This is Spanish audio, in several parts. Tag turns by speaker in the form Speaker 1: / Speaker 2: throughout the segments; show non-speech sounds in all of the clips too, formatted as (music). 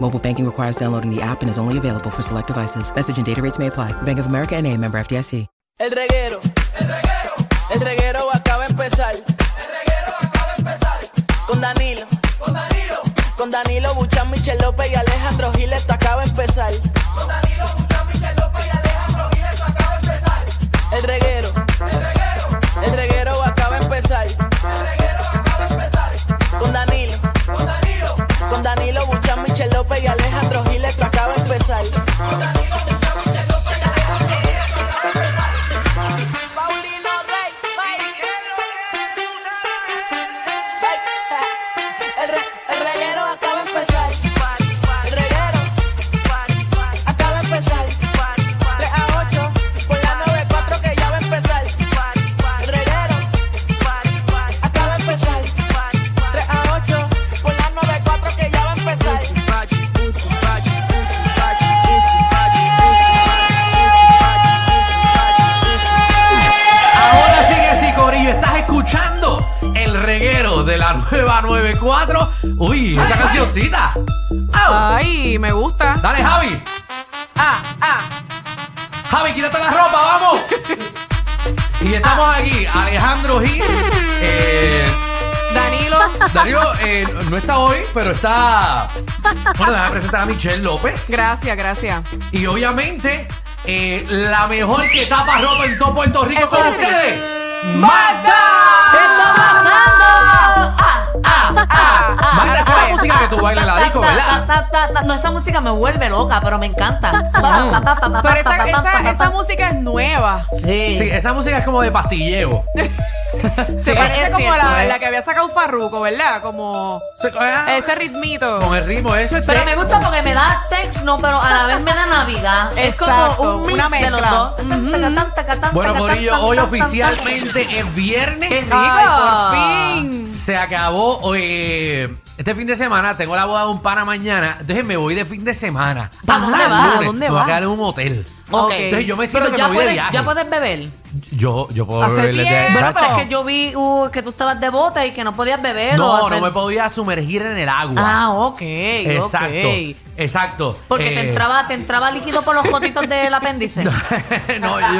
Speaker 1: Mobile banking requires downloading the app and is only available for select devices. Message and data rates may apply. Bank of America and a member FDIC.
Speaker 2: El reguero. El reguero. El reguero acaba de empezar. El reguero acaba de empezar. Con Danilo. Con Danilo. Con Danilo Buchan, Michel López y Alejandro Gil, esto acaba de empezar. Con Danilo Buchan, Michel López y Alejandro Gil, esto acaba de empezar. El reguero. El reguero. El reguero acaba de empezar. El reguero acaba de empezar. Con Danilo. Con Danilo. Con Danilo Buchan, Michel López y Alejandro Gil, esto acaba de empezar. Con Danilo Buchan, Michel López y Alejandro Gil, esto acaba de empezar. Paulino Rey, El, re- el reguero acaba de empezar. El reguero acaba de empezar. 3 a 8 por la 94 que ya va a empezar. El reguero acaba de empezar. 3 a 8 por la 94 que ya va a empezar.
Speaker 3: Ahora sí que sí, Corillo, estás escuchando el reguero de la nueva 94. Uy, esa cancioncita. Au.
Speaker 4: Ay, me gusta.
Speaker 3: Dale, Javi.
Speaker 4: Ah, ah.
Speaker 3: Javi, quítate la ropa, vamos. Y estamos
Speaker 4: Ah.
Speaker 3: aquí, Alejandro Gil. Eh,
Speaker 5: (laughs)
Speaker 4: Danilo.
Speaker 3: Darío eh, no está hoy, pero está. Bueno, déjame presentar a Michelle López.
Speaker 4: Gracias, gracias.
Speaker 3: Y obviamente, eh, la mejor que tapa ropa en todo Puerto Rico
Speaker 4: Eso
Speaker 3: con
Speaker 4: es así.
Speaker 3: ustedes, Magda. Ah, Magda, esa es la música que tú bailas en la disco, ¿verdad?
Speaker 5: No, esa música me vuelve loca, pero me encanta.
Speaker 4: Pero esa, esa, esa música es nueva.
Speaker 3: Sí, esa música es como de pastilleo.
Speaker 4: Se parece
Speaker 5: es
Speaker 4: como
Speaker 5: cierto,
Speaker 4: la,
Speaker 5: eh.
Speaker 4: la que había sacado Farruko, ¿verdad? Como
Speaker 3: Se- ah,
Speaker 4: ese ritmito.
Speaker 3: Con el ritmo, eso es.
Speaker 5: Pero me gusta porque me da techno, pero a la vez me da Navidad. es
Speaker 4: Exacto,
Speaker 5: como un mix
Speaker 4: una
Speaker 5: de los
Speaker 4: mezcla.
Speaker 5: dos. Tan, tan, tan, tan, tan,
Speaker 3: Bueno,
Speaker 5: tan,
Speaker 3: Corillo,
Speaker 5: tan,
Speaker 3: hoy
Speaker 5: tan,
Speaker 3: oficialmente es
Speaker 5: ¡Qué
Speaker 3: viernes.
Speaker 5: rico! Ah.
Speaker 4: Ay, por fin.
Speaker 3: Se acabó eh, este fin de semana. Tengo la boda de un pana mañana. Entonces me voy de fin tan, semana. Ah,
Speaker 5: ¿Para dónde
Speaker 3: El
Speaker 5: vas?
Speaker 3: lunes
Speaker 4: ¿A dónde
Speaker 3: me voy a
Speaker 4: vas?
Speaker 3: quedar en un hotel.
Speaker 5: Ok.
Speaker 3: Entonces yo me siento
Speaker 5: Pero
Speaker 3: que me
Speaker 5: ya
Speaker 3: voy de
Speaker 5: puedes-
Speaker 3: viaje.
Speaker 5: Ya puedes beber.
Speaker 3: Yo, yo puedo
Speaker 4: Hace
Speaker 3: beberle de-
Speaker 4: tiempo.
Speaker 5: Bueno, pero
Speaker 4: Chacho.
Speaker 5: es que yo vi uh, que tú estabas de bota y que no podías beber. o
Speaker 3: No,
Speaker 5: hacer-
Speaker 3: no me podía sumergir en el agua.
Speaker 5: Ah, ok.
Speaker 3: exacto.
Speaker 5: ok.
Speaker 3: Exacto.
Speaker 5: Porque
Speaker 3: Eh,
Speaker 5: te entraba, te entraba líquido por los jotitos del
Speaker 3: (laughs)
Speaker 5: apéndice.
Speaker 3: no, yo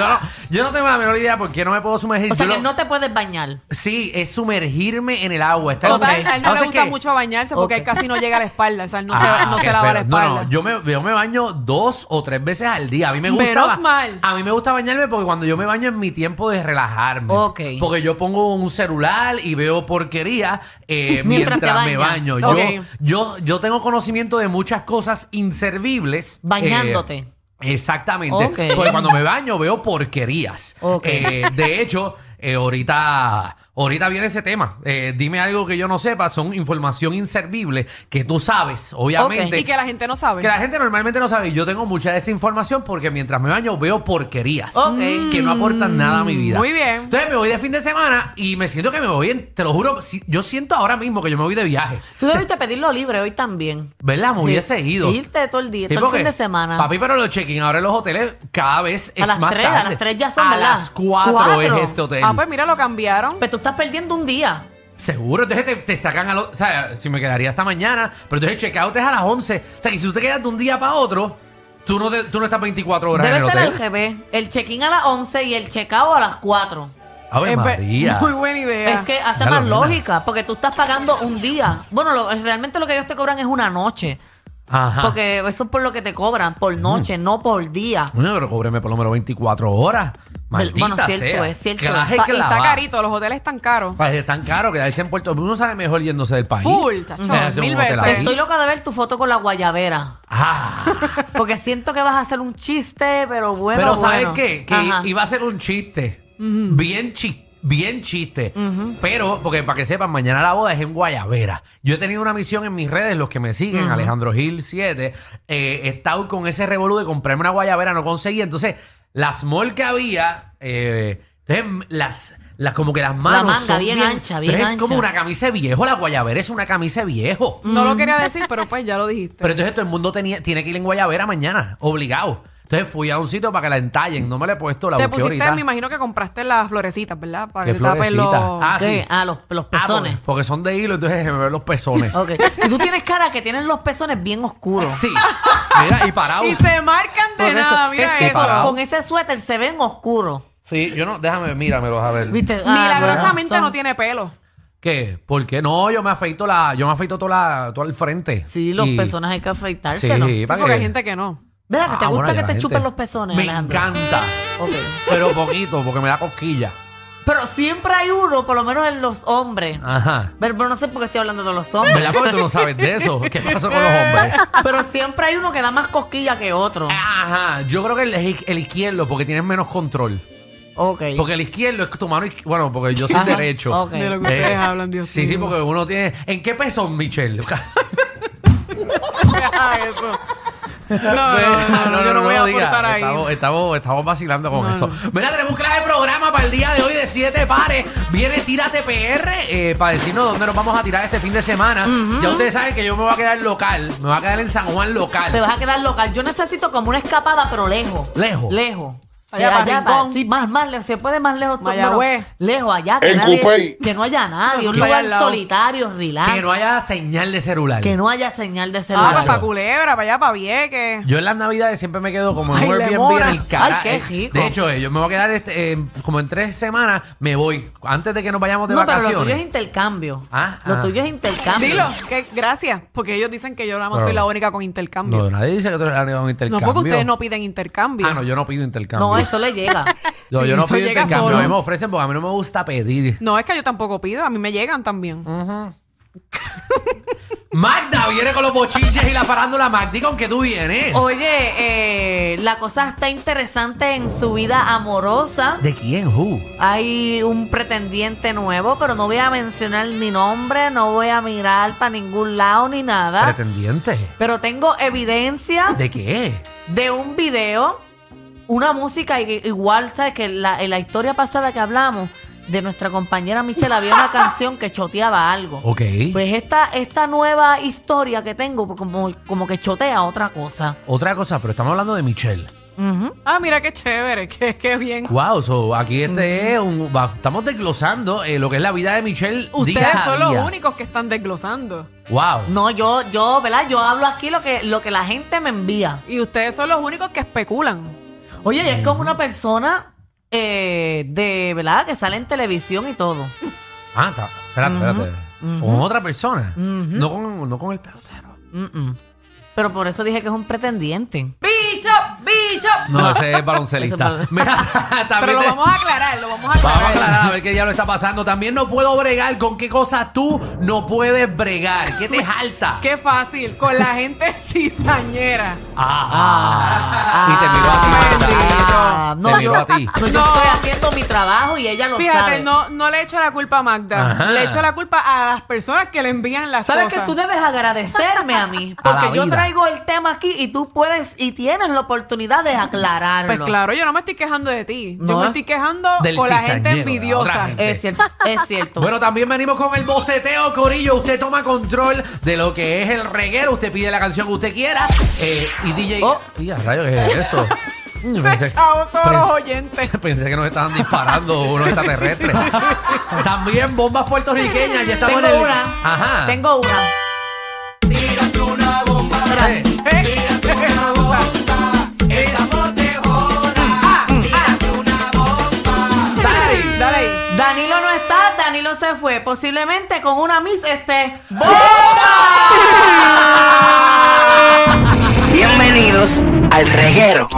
Speaker 3: no, yo no tengo la menor idea por qué no me puedo sumergir.
Speaker 5: O sea
Speaker 3: Yo
Speaker 5: que
Speaker 3: lo-
Speaker 5: no te puedes bañar.
Speaker 3: Sí, es sumergirme en el agua. Está
Speaker 4: Total, a él no
Speaker 3: O sea
Speaker 4: le gusta
Speaker 3: que-
Speaker 4: mucho bañarse porque
Speaker 5: Ok.
Speaker 4: él casi no llega a la espalda. O sea, él no
Speaker 3: Ah,
Speaker 4: se, no
Speaker 3: qué
Speaker 4: se lava la
Speaker 3: feo.
Speaker 4: espalda.
Speaker 3: No, no, yo me, yo me baño dos o tres veces al día. A mí me gusta.
Speaker 4: Menos
Speaker 3: ba-
Speaker 4: mal.
Speaker 3: A mí me gusta bañarme porque cuando yo me baño es mi tiempo de relajarme.
Speaker 5: Ok.
Speaker 3: Porque yo pongo un celular y veo porquería
Speaker 4: (laughs)
Speaker 3: eh, mientras,
Speaker 5: Mientras te
Speaker 3: me
Speaker 5: bañas.
Speaker 3: baño.
Speaker 4: Ok.
Speaker 3: Yo, yo, yo tengo conocimiento de muchas cosas inservibles. eh,
Speaker 5: Bañándote.
Speaker 3: Exactamente.
Speaker 5: Ok.
Speaker 3: Porque cuando me baño veo porquerías.
Speaker 5: Ok.
Speaker 3: Eh, de hecho, eh, ahorita, ahorita viene ese tema. Eh, dime algo que yo no sepa. Son información inservible que tú sabes, obviamente.
Speaker 4: Y que la gente no sabe.
Speaker 3: Que la gente normalmente no sabe. Yo tengo mucha desinformación porque mientras me baño veo porquerías
Speaker 5: Ok.
Speaker 3: que no aportan nada a mi vida.
Speaker 4: Muy bien.
Speaker 3: Entonces me voy de fin de semana y me siento que me voy, en- te lo juro, si- yo siento ahora mismo que yo me voy de viaje.
Speaker 5: Tú debiste pedirlo libre hoy también.
Speaker 3: ¿Verdad? Me hubiese
Speaker 5: Sí,
Speaker 3: ido.
Speaker 5: Irte todo el día,
Speaker 3: Sí,
Speaker 5: todo el
Speaker 3: porque,
Speaker 5: fin de semana.
Speaker 3: Papi, pero los check-in ahora en los hoteles cada vez es
Speaker 5: las
Speaker 3: más
Speaker 5: tres, a
Speaker 3: tarde.
Speaker 5: las tres ya son,
Speaker 3: A
Speaker 5: ¿verdad?
Speaker 3: las cuatro,
Speaker 5: Cuatro.
Speaker 3: es este hotel.
Speaker 4: Ah, pues mira, lo cambiaron.
Speaker 5: Pero tú estás perdiendo un día.
Speaker 3: Seguro, entonces te, te sacan a los... O sea, si me quedaría hasta mañana, pero entonces el check-out es a las 11. O sea, que si tú te quedas de un día para otro, tú no, te- tú no estás 24 horas en
Speaker 5: Debe
Speaker 3: el
Speaker 5: ser
Speaker 3: hotel.
Speaker 5: el revés. El check-in a las 11 y el check-out a las 4.
Speaker 3: Ave
Speaker 4: Eh, pe-
Speaker 3: pues,
Speaker 5: (laughs)
Speaker 3: María.
Speaker 4: Muy buena idea.
Speaker 5: Es que hace
Speaker 3: Ya lo
Speaker 5: más
Speaker 3: vi.
Speaker 5: lógica, porque tú estás pagando un día. Bueno, lo- realmente lo que ellos te cobran es una noche.
Speaker 3: Ajá. Mm.
Speaker 5: Porque eso es por lo que te cobran, por noche, no por día.
Speaker 3: Bueno, pero cóbreme por lo menos 24 horas. Maldita
Speaker 5: Bueno, cierto
Speaker 3: sea.
Speaker 5: es, cierto
Speaker 3: Claje
Speaker 4: Pa- y
Speaker 3: clavada.
Speaker 4: está carito, los hoteles están caros.
Speaker 3: Pues es tan caro quedarse en Puerto Uno sale mejor yéndose del país.
Speaker 4: Full, chacho,
Speaker 3: Me hace un
Speaker 4: mil
Speaker 3: hotel
Speaker 4: veces.
Speaker 3: ahí.
Speaker 5: Estoy loca de ver tu foto con la guayabera.
Speaker 3: Ah,
Speaker 5: Porque siento que vas a hacer un chiste, pero bueno.
Speaker 3: pero ¿sabes
Speaker 5: bueno.
Speaker 3: qué? Que
Speaker 5: Ajá.
Speaker 3: iba a ser un chiste. Bien chiste. Bien chiste. Pero, porque para que sepan, mañana la boda es en Guayavera. Yo he tenido una misión en mis redes, los que me siguen, Alejandro Gil 7, eh, he estado con ese revolú de comprarme una Guayavera, no conseguí. Entonces, las mall que había, eh, entonces las, las como que las manos
Speaker 5: manga
Speaker 3: son
Speaker 5: bien ancha, bien
Speaker 3: entonces Es como
Speaker 5: ancha.
Speaker 3: una camisa de viejo, la Guayavera es una camisa de viejo.
Speaker 4: No lo quería decir, pero pues ya lo dijiste.
Speaker 3: Mm. Pero entonces todo el mundo tenía, tiene que ir en Guayavera mañana, obligado. Entonces fui a un sitio para que la entallen. No me la he puesto, la
Speaker 4: Te
Speaker 3: busqué
Speaker 4: pusiste,
Speaker 3: ahorita.
Speaker 4: me imagino que compraste las florecitas, ¿verdad? Para
Speaker 3: ¿Qué
Speaker 4: que tapen los...
Speaker 3: florecitas? Ah, sí.
Speaker 5: ¿Qué? Ah, los, los
Speaker 3: Ah,
Speaker 5: pezones.
Speaker 3: porque, porque son de hilo, entonces se me ven los
Speaker 5: (laughs)
Speaker 3: pezones.
Speaker 5: Ok. Y tú tienes cara que tienes los pezones bien oscuros.
Speaker 3: Sí. Mira, y parado.
Speaker 4: Y se marcan de
Speaker 5: Por eso,
Speaker 4: nada, mira
Speaker 5: es que
Speaker 4: eso.
Speaker 5: Con,
Speaker 3: Parado.
Speaker 5: con ese suéter se ven oscuros.
Speaker 3: Sí, yo no, déjame, míramelos a ver.
Speaker 5: ¿Viste? Ah,
Speaker 4: Milagrosamente
Speaker 5: son-
Speaker 4: no tiene pelo.
Speaker 3: ¿Qué? ¿Por qué? No, yo me afeito la, yo me afeito toda la, todo el frente.
Speaker 5: Sí, los
Speaker 3: Y-
Speaker 5: pezones hay que
Speaker 3: Sí,
Speaker 5: afeitárselo.
Speaker 4: Sí,
Speaker 3: para
Speaker 4: porque hay
Speaker 3: que-
Speaker 4: gente que no.
Speaker 5: Verá, que te
Speaker 3: Ah,
Speaker 5: gusta
Speaker 3: bueno,
Speaker 5: que
Speaker 3: la
Speaker 5: te
Speaker 3: gente-
Speaker 5: chupen los pezones,
Speaker 3: Me
Speaker 5: Alejandro.
Speaker 3: encanta.
Speaker 5: Ok.
Speaker 3: Pero poquito, porque me da cosquilla.
Speaker 5: Pero siempre hay uno, por lo menos en los hombres.
Speaker 3: Ajá.
Speaker 5: Pero pero no sé por qué estoy hablando de los hombres.
Speaker 3: Ah. ¿Verdad?
Speaker 5: (laughs)
Speaker 3: Porque tú no sabes de eso. ¿Qué pasó con los hombres?
Speaker 5: Pero siempre hay uno que da más cosquilla que otro.
Speaker 3: Ah. Ajá, yo creo que el, el izquierdo, porque tienes menos control.
Speaker 5: Ok.
Speaker 3: Porque el izquierdo es tu mano izquierda. Bueno, porque yo soy
Speaker 5: Ajá,
Speaker 3: derecho. Eh,
Speaker 5: ok.
Speaker 4: De lo que ustedes hablan, Dios
Speaker 3: Sí,
Speaker 4: mío.
Speaker 3: sí, porque uno tiene. ¿En qué peso, Michelle? (laughs)
Speaker 4: Ah, eso. No, no, no, no, yo no voy a
Speaker 3: diga.
Speaker 4: aportar ahí.
Speaker 3: Estamos, estamos, estamos vacilando con
Speaker 4: No,
Speaker 3: eso. Mira, tenemos un clase de programa para el día de hoy de 7 pares. Viene Tírate PR eh, para decirnos dónde nos vamos a tirar este fin de semana. Ya ustedes saben que yo me voy a quedar local. Me voy a quedar en San Juan local.
Speaker 5: Te vas a quedar local. Yo necesito como una escapada, pero lejos.
Speaker 3: Lejos.
Speaker 5: Lejos.
Speaker 4: Allá para Rincón.
Speaker 5: sí, más, más lejos. Se puede más lejos. tú,
Speaker 4: Mayagüez.
Speaker 5: pero Lejos, allá. Que,
Speaker 6: En
Speaker 5: nadie-
Speaker 6: Cupey.
Speaker 5: que no haya nadie. Un
Speaker 4: Estoy
Speaker 5: lugar
Speaker 4: al lado.
Speaker 5: solitario, relax.
Speaker 3: Que no haya señal de celular.
Speaker 5: haya señal de
Speaker 4: Ah,
Speaker 5: celular.
Speaker 4: pues para Culebra, para allá, para Vieques.
Speaker 3: Yo en las navidades siempre me quedo como en
Speaker 4: Ay,
Speaker 3: un
Speaker 4: le
Speaker 3: Airbnb
Speaker 4: mora.
Speaker 3: en el cara.
Speaker 5: Ay, qué rico.
Speaker 3: De hecho, eh, yo me voy a quedar este, eh, como en tres semanas, me voy. Antes de que nos vayamos de
Speaker 5: no, pero
Speaker 3: vacaciones.
Speaker 5: lo tuyo es intercambio.
Speaker 3: Ah,
Speaker 5: lo
Speaker 3: ah.
Speaker 5: tuyo es intercambio.
Speaker 4: Dilo, que gracias, porque ellos dicen que yo nada más
Speaker 3: Pero-
Speaker 4: soy la única con intercambio.
Speaker 3: No,
Speaker 4: No,
Speaker 3: nadie dice que tú eres la única con intercambio.
Speaker 4: porque ustedes no piden intercambio.
Speaker 3: Ah, no, yo no pido intercambio.
Speaker 5: No, eso
Speaker 3: (laughs)
Speaker 5: le llega.
Speaker 3: yo, yo
Speaker 4: sí,
Speaker 3: no
Speaker 4: eso
Speaker 3: pido
Speaker 4: llega
Speaker 3: intercambio.
Speaker 4: solo.
Speaker 3: A mí me ofrecen porque a mí no me gusta pedir. (laughs)
Speaker 4: No, es que yo tampoco pido, a mí me llegan también.
Speaker 3: Magda viene con los bochiches y la farándula. Magdi, ¿con qué tú vienes?
Speaker 5: Oye, eh, la cosa está interesante en su vida amorosa.
Speaker 3: ¿De quién? Who?
Speaker 5: Hay un pretendiente nuevo, pero no voy a mencionar ni nombre, no voy a mirar para ningún lado ni nada.
Speaker 4: ¿Ah?
Speaker 3: ¿Pretendiente?
Speaker 5: pero tengo evidencia
Speaker 3: ¿De qué?
Speaker 5: de un video, una música i- igual, ¿sabes? Que la, en la historia pasada que hablamos de nuestra compañera Michelle había
Speaker 3: (laughs)
Speaker 5: una canción que choteaba algo.
Speaker 3: Ok.
Speaker 5: Pues esta, esta nueva historia que tengo, pues, como, como que chotea otra cosa.
Speaker 3: Otra cosa, pero estamos hablando de Michelle.
Speaker 5: Ujú.
Speaker 4: Ah, mira qué chévere, qué, qué bien.
Speaker 3: Wow, so aquí este es un, va- estamos desglosando eh, lo que es la vida de Michelle.
Speaker 4: Ustedes
Speaker 3: día a
Speaker 4: son los
Speaker 3: día.
Speaker 4: únicos que están desglosando.
Speaker 3: Wow.
Speaker 5: No, yo, yo, ¿verdad? Yo hablo aquí lo que, lo que la gente me envía.
Speaker 4: Y ustedes son los únicos que especulan.
Speaker 5: Oye, y es como una persona eh, de, ¿verdad? Que sale en televisión y todo.
Speaker 3: Ah, está. Espérate, espérate.
Speaker 5: ujú.
Speaker 3: Con otra persona.
Speaker 5: Ujú.
Speaker 3: no, con, no con el pelotero.
Speaker 5: Mm-mm. Pero por eso dije que es un pretendiente.
Speaker 4: ¡Bicho! ¡Bicho!
Speaker 3: No, ese
Speaker 4: (laughs)
Speaker 3: es
Speaker 5: Ese
Speaker 3: baloncelista.
Speaker 5: es
Speaker 3: Mira, (laughs)
Speaker 4: Pero
Speaker 3: también
Speaker 4: lo
Speaker 3: te-
Speaker 4: vamos a aclarar, lo vamos a
Speaker 3: Vamos a
Speaker 4: aclarar.
Speaker 3: aclarar a ver qué diablo está pasando. También no puedo bregar con qué cosas tú no puedes bregar. ¿Qué
Speaker 4: (laughs)
Speaker 3: te jalta?
Speaker 4: Qué fácil, con la gente (laughs) cizañera.
Speaker 3: Ah, y te miro a ti,
Speaker 4: Ah,
Speaker 3: Magda.
Speaker 5: Ah,
Speaker 3: Te
Speaker 5: no,
Speaker 3: miró
Speaker 5: yo,
Speaker 3: a ti.
Speaker 5: (laughs) no, yo
Speaker 4: No.
Speaker 5: estoy haciendo mi trabajo y ella lo
Speaker 4: Fíjate,
Speaker 5: sabe.
Speaker 4: no, no le echo la culpa a Magda.
Speaker 3: Ajá.
Speaker 4: Le echo la culpa a las personas que le envían las
Speaker 5: Sabes que
Speaker 4: cosas.
Speaker 5: tú debes agradecerme a mí,
Speaker 3: (laughs) A la
Speaker 5: porque yo
Speaker 3: vida.
Speaker 5: traigo el tema aquí y tú puedes y tienes la oportunidad de aclararlo.
Speaker 4: Pues claro, yo no me estoy quejando de ti.
Speaker 5: No.
Speaker 4: Yo me estoy quejando
Speaker 3: Del
Speaker 4: con la gente
Speaker 3: cizañero, de la otra
Speaker 4: envidiosa.
Speaker 3: gente.
Speaker 5: Es cierto, es cierto.
Speaker 3: Bueno, también venimos con el boceteo, Corillo. Usted toma control de lo que es el reguero. Usted pide la canción que usted quiera. eh, y DJ.
Speaker 5: Oh.
Speaker 3: ¡Ya, rayo, qué es eso! Mm,
Speaker 4: Se chavó todos los oyentes.
Speaker 3: (laughs) pensé que nos estaban disparando unos extraterrestres. También bombas puertorriqueñas. Ya estamos
Speaker 5: tengo
Speaker 3: en el.
Speaker 5: una.
Speaker 3: Ajá.
Speaker 5: Tengo una.
Speaker 3: Eh,
Speaker 4: Dale ahí, dale ahí.
Speaker 5: Danilo no está, Danilo se fue, posiblemente con una Miss este.
Speaker 7: Bienvenidos al reguero.